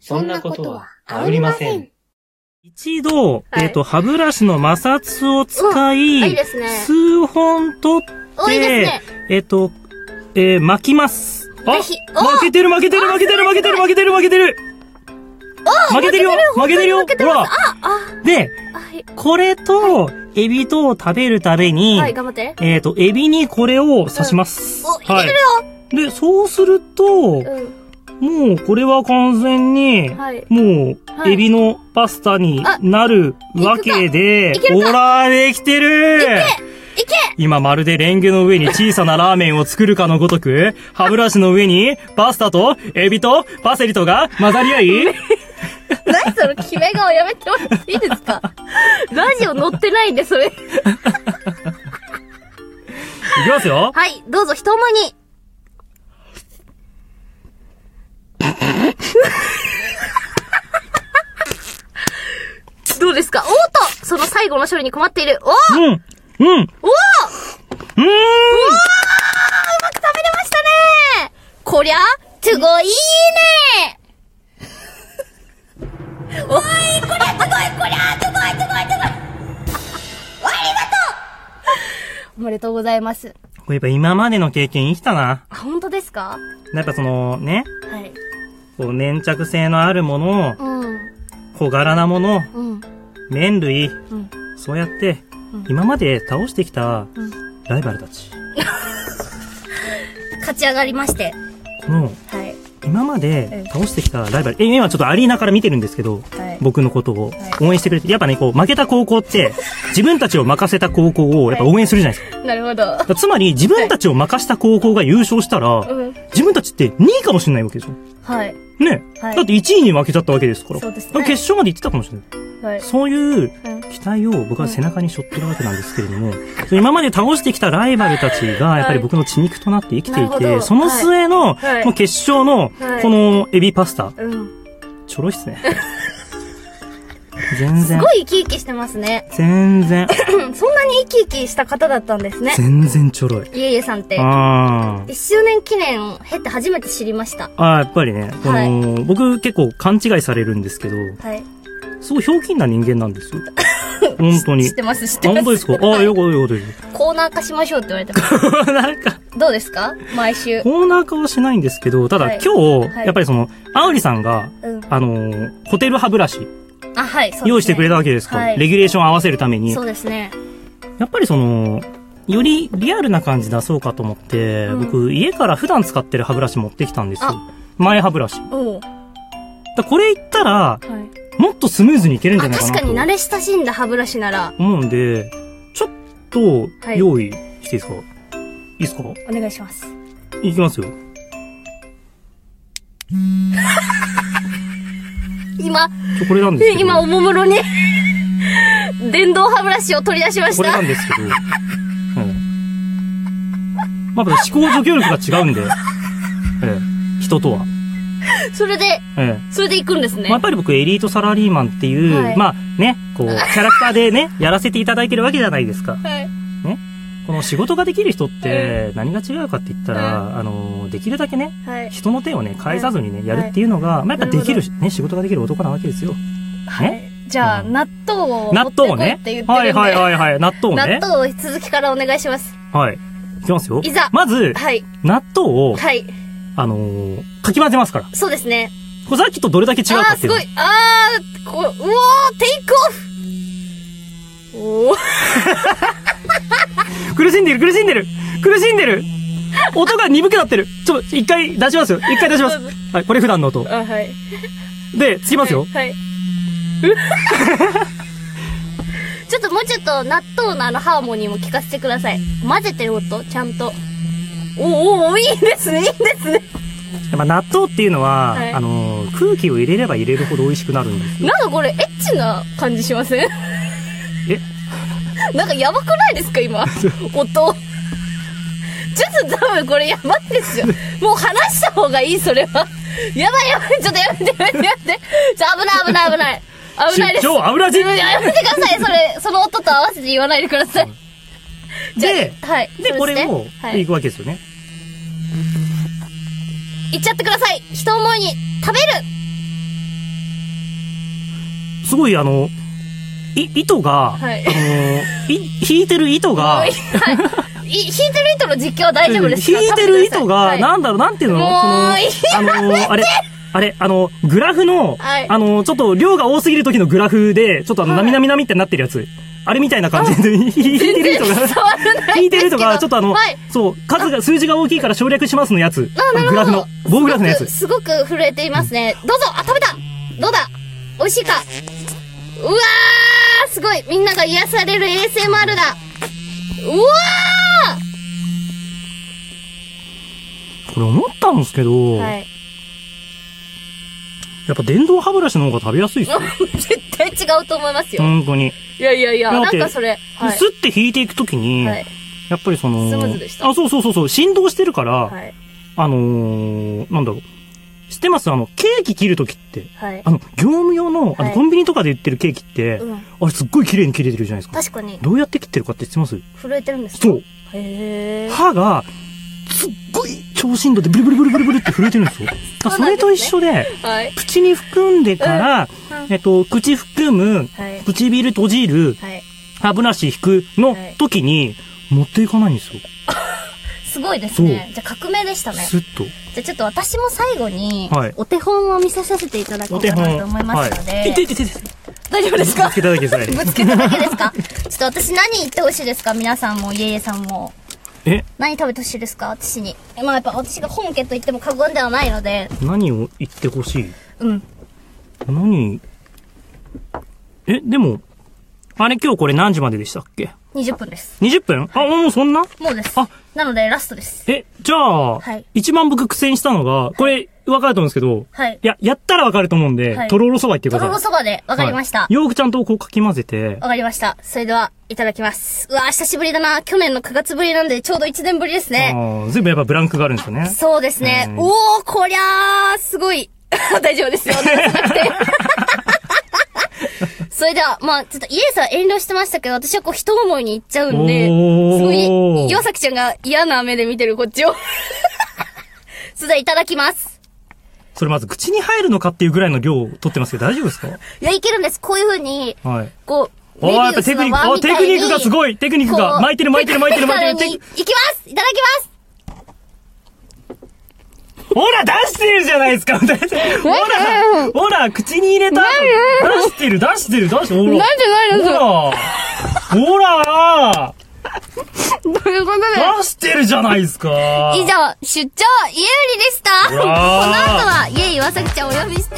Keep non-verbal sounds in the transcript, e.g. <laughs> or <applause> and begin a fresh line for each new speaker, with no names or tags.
そんなことはありません。
一度、
はい
えっ、と、歯ブラシの摩擦を使い、
いいですね
数本取って、
お、いいですね。
えっ、と、えー巻きます。
ぜひお
負けてる負けてる負けてる負けてる負けてる負けてる負けてるよ負けてるよ
負けて
ほ
ま
ら
すあ、あ、
で、
はい。
これと、エビとを食べるために、
はい、頑張って。
えっ、と、エビにこれを刺します。
お、いけ
は
るよ
い。で、そうすると、
うん。
もうこれは完全に、
はい。
もう、
はい
エビのパスタになるわけで
いくかいけ、る
ほ、
から
できてる
いけ
今まるでレンゲの上に小さなラーメンを作るかのごとく、歯ブラシの上にパスタとエビとパセリとが混ざり合い、
何その決め顔やめてもらっていいですか <laughs> ラジオ乗ってないんで、それ。
いきますよ。
はい、どうぞ、人もに。 <laughs> どうですかおーっとその最後の処理に困っている。おー
うんうんう
お
ん
ー食べれましたねこりゃ、すごいいいね <laughs> おい、こりゃ、すごい、こりゃ、すごい、すごい、すごい。ありがとうおめでとうございます。
これやっぱ今までの経験生きたな。
あ、本当ですか
やっぱそのね、
はい。
こう粘着性のあるものを、
うん、
小柄なもの、
うん、
麺類、
うん。
そうやって
うん、
今まで倒してきた
うん
ライバルたち。
勝ち上がりまして。
この、
はい。
今ま
うん
で倒してきたライバル、え、今ちょっとアリーナから見てるんですけど、
はい
僕のことを
はい
応援してくれて、やっぱね、こう、負けた高
<laughs>
校って、自分たちを任せた高校をやっぱ応援するじゃないですか。
なるほど。
だからつまり、自分たちを任した高校が優勝したら、
うん。
自分たちって2位かもしれないわけでしょ。
はい。
ね、
はい
だって1位に負けちゃったわけですから。
そうですね
だから決勝まで行ってたかもしれない。
はい。
そういう
うん
期待を僕は背中に背負ってるわけなんですけれども、今まで倒してきたライバルたちがやっぱり僕の血肉となって生きてい
なるほ
て、
ど
その末の、
はい
もう決勝の
はい
このエビパスタ、
うん。
ちょろいっすね。全
す
然
ご。い生き生きしてますね。
全然。
うんそんなに生き生きした方だったんですね。
全然ちょろい。
いえいえさんって。
あー
1周年記念を経て初めて知りました。
あー。やっぱりね、この、
はい
僕結構勘違いされるんですけど、
はい。
すごいひょうきんな人間なんです
<laughs>
よ。本当に
知っ。てます、知っ
あ
てま
本
す。
当
<laughs>
ですかああ、よかったよかったよかっ
コーナー化しましょうって言われてます。
た。 <laughs> なんか、
どうですか毎週。
コーナー化はしないんですけど、ただ
はい
今日、
はい
やっぱりその、あうりさんが、
うん。
あのーホテル歯ブラシ、
あ、はい、そうですね。
用意してくれたわけですから、
はい
レギュレーションを合わせるために。
そうですね。
やっぱりその、よりリアルな感じ出そうかと思って、
うん
僕、家から普段使ってる歯ブラシ持ってきたんですよ
あ。
前歯ブラシ。
おう。
だこれ言ったら、
はい。
もっとスムーズにいけるんじゃ
あ、
ないか
確かに慣
なと
れ親しんだ歯ブラシなら、
思うんで、ちょっと
はい
用意していいですか、い、いですか
お願いします。
いきますよ。
今、
ちょこれなんですけど。
今、おもむろに、 <laughs> 電動歯ブラシを取り出しまし
これな
た
ん。ですけど。うん。まあ、思考除去力が違うんで。ええ。人とは。
それで、
ええ。
それで行くんですね
まあ、やっ。ぱり僕エリートサラリーマンっていう、
はい
まあね、こう、キャラクターでね、 <laughs> やらせていただいてるわけじゃないですか。
はい。
この仕事ができる人って何が違うかって言ったら、あの、できるだけね、
はい。
人の手をね、介さずにね、やるっていうのが、まあやっぱできるし、ね、仕事ができる男なわけですよ。
はい。じゃあ、
うん
納豆を持
納
って
豆
こい
ね
って言っ。てるん
は
で。
いはいはいはい、納豆ね
納。豆を続きからお願いします。
はい。いきますよ。
いざ
まず、
はい。
納豆を、
はい。
あのーかき混ぜますから。
そうですね。
これさっきとどれだけ違う
あ
か
ー
って
す
いうの
ごい。あー、こう、うおー、テイクオフおー、 <laughs>
苦しんでる苦しんでる苦しんでる音が鈍くなってるちょっと、一回出しますよ一回出しますはい、これ普段の音。
あ、はい。
で、つきますよ <laughs>
はい。ちょっともうちょっと納豆のあのハーモニーも聞かせてください。混ぜてる音、ちゃんと。おーおー、いいですね、いいですね。
まあ、納豆っていうのは、
はい
あのー、空気を入れれば入れるほど美味しくなるんですよ。
なんかこれ、エッチな感じしません
え
なんかやばくないですか、
<laughs>
今。音。ちょっと多分これやばいですよ。もう話した方がいい、それは。やばいやばい、ちょっとやめてやめてやめて。ちょ危ない危ない危ない。危ないです。
出張油汁
いややめてください、それ、その音と合わせて言わないでください。じゃあ
で、
はい。そうす
で、
ね
これを、
はいい。
くわけですよね。
行っちゃってください。人思いに食べる。
すごいあの、い、糸が、
はい
あの、い、引いてる糸が、
はい。い引いてる糸の実況は大丈夫です
引
か
いてる糸が、
はい
なんだろう、なんていうの
もう
その、あの、あれ、あれ、あの、グラフの、
はい
あの、ちょっと量が多すぎる時のグラフで、ちょっとあの、
は
ないみなみなみってなってるやつ。あれみたいな感じで、 <laughs> 引いてる糸
全
が
然伝わら、ない
引いてる糸が、
です
ち
けど
ょっとあの、
はい
そう、数が、数字が大きいから省略しますのやつ。あのグラフの、棒グラフのやつ。
すごくすごく震えていますね。どうぞあ、食べたどうだ美味しいかうわーすごいみんなが癒される ASMR だうわ
これ思ったんですけど、
ーはい。
やっぱ電動歯ブラシの方が食べやすいっすよ。
絶対違うと思いますよ。
本当に。
いやいやいや、
いや
な
だっ
ん
て
かそれ。はい。
スッて引いていくときに、
はい。
やっぱりその、
スムーズでした
あ、そうそうそうそう、振動してるから、
はい。
あのー、なんだろう。知ってますあの、ケーキ切るときって、
はい
あ。の、業務用の、あの、
はい
コンビニとかで売ってるケーキって、
うん
あれすっごい綺麗に切れてるじゃないですか。
確かに、
どうやって切ってるかって知ってます
震えてるんですか
そう。
へー。
歯が、すっごい超振動でブルブルブルブルブルって震えてるんですよ。だからそれと一緒で、
はい。
口に含んでから、
うん
えっと、口含む、
はい。
唇閉じる、
はい。
歯ブラシ引くの時に、持っていかないんですよ。
すごいですね。じゃあ革命でしたね。
スッと。
じゃあちょっと私も最後に
はい、
お手本を見せさせていただこ
お
うか
手
な
本。
と思いますの
はい。
で
いて。いていていて。
大丈夫ですか
つけただけですね
<laughs> ぶつけただけです <laughs> かちょっと私何言ってほしいですか皆さんも、いえいえさんも。
え、
何食べてほしいですか私に。まあやっぱ私が本家と言っても過言ではないので。
何を言ってほしい
うん。
何え、でも、あれ今日これ何時まででしたっけ
20分です。
?20 分あ、もうそんな
もうです
あ。
なのでラストです。
え、じゃあ、
はい
一番僕苦戦したのが、これ、わかると思うんですけど、
はい
や、やったらわかると思うんで、
はい
とろろそば言ってく
と
ださい。
ろろそばで、わかりました。
はいよくちゃんとこうかき混ぜて、
わかりました。それでは、いただきます。うわー久しぶりだな。去年の9月ぶりなんで、ちょうど1年ぶりです
あ
ね。
ー全部やっぱブランクがあるんですよね。
そうですね。
うん
おー、こりゃー、すごい。 <laughs> 大丈夫
<laughs>
ですよ。流さなくて。それでは、まあちょっと、イエスは遠慮してましたけど、私はこう、一思いに行っちゃうんで、す
おー
ごい、岩崎ちゃんが嫌な目で見てるこっちを。 <laughs> それでは、いただきます。
それまず口に入るのかっていうぐらいの量を取ってますけど、大丈夫ですか
いや、いけるんです。こういう風に、
はい。
こう、
おー、やっぱテクニック、おーテクニックがす
い
ごいテクニックが巻いてる巻いてる巻いてる巻いてる
いき。ますいただきます
ほら、出してるじゃないですか、ほ <laughs> ら、ほら、口に入れた。出してる、出してる、出してる、ほら。
なんじゃないです
ほら、ほら、
ということで、
出してるじゃないですか。
以上、出張、家売りでしたこ
う
の後
わー
は、家岩崎ちゃんをお呼びして。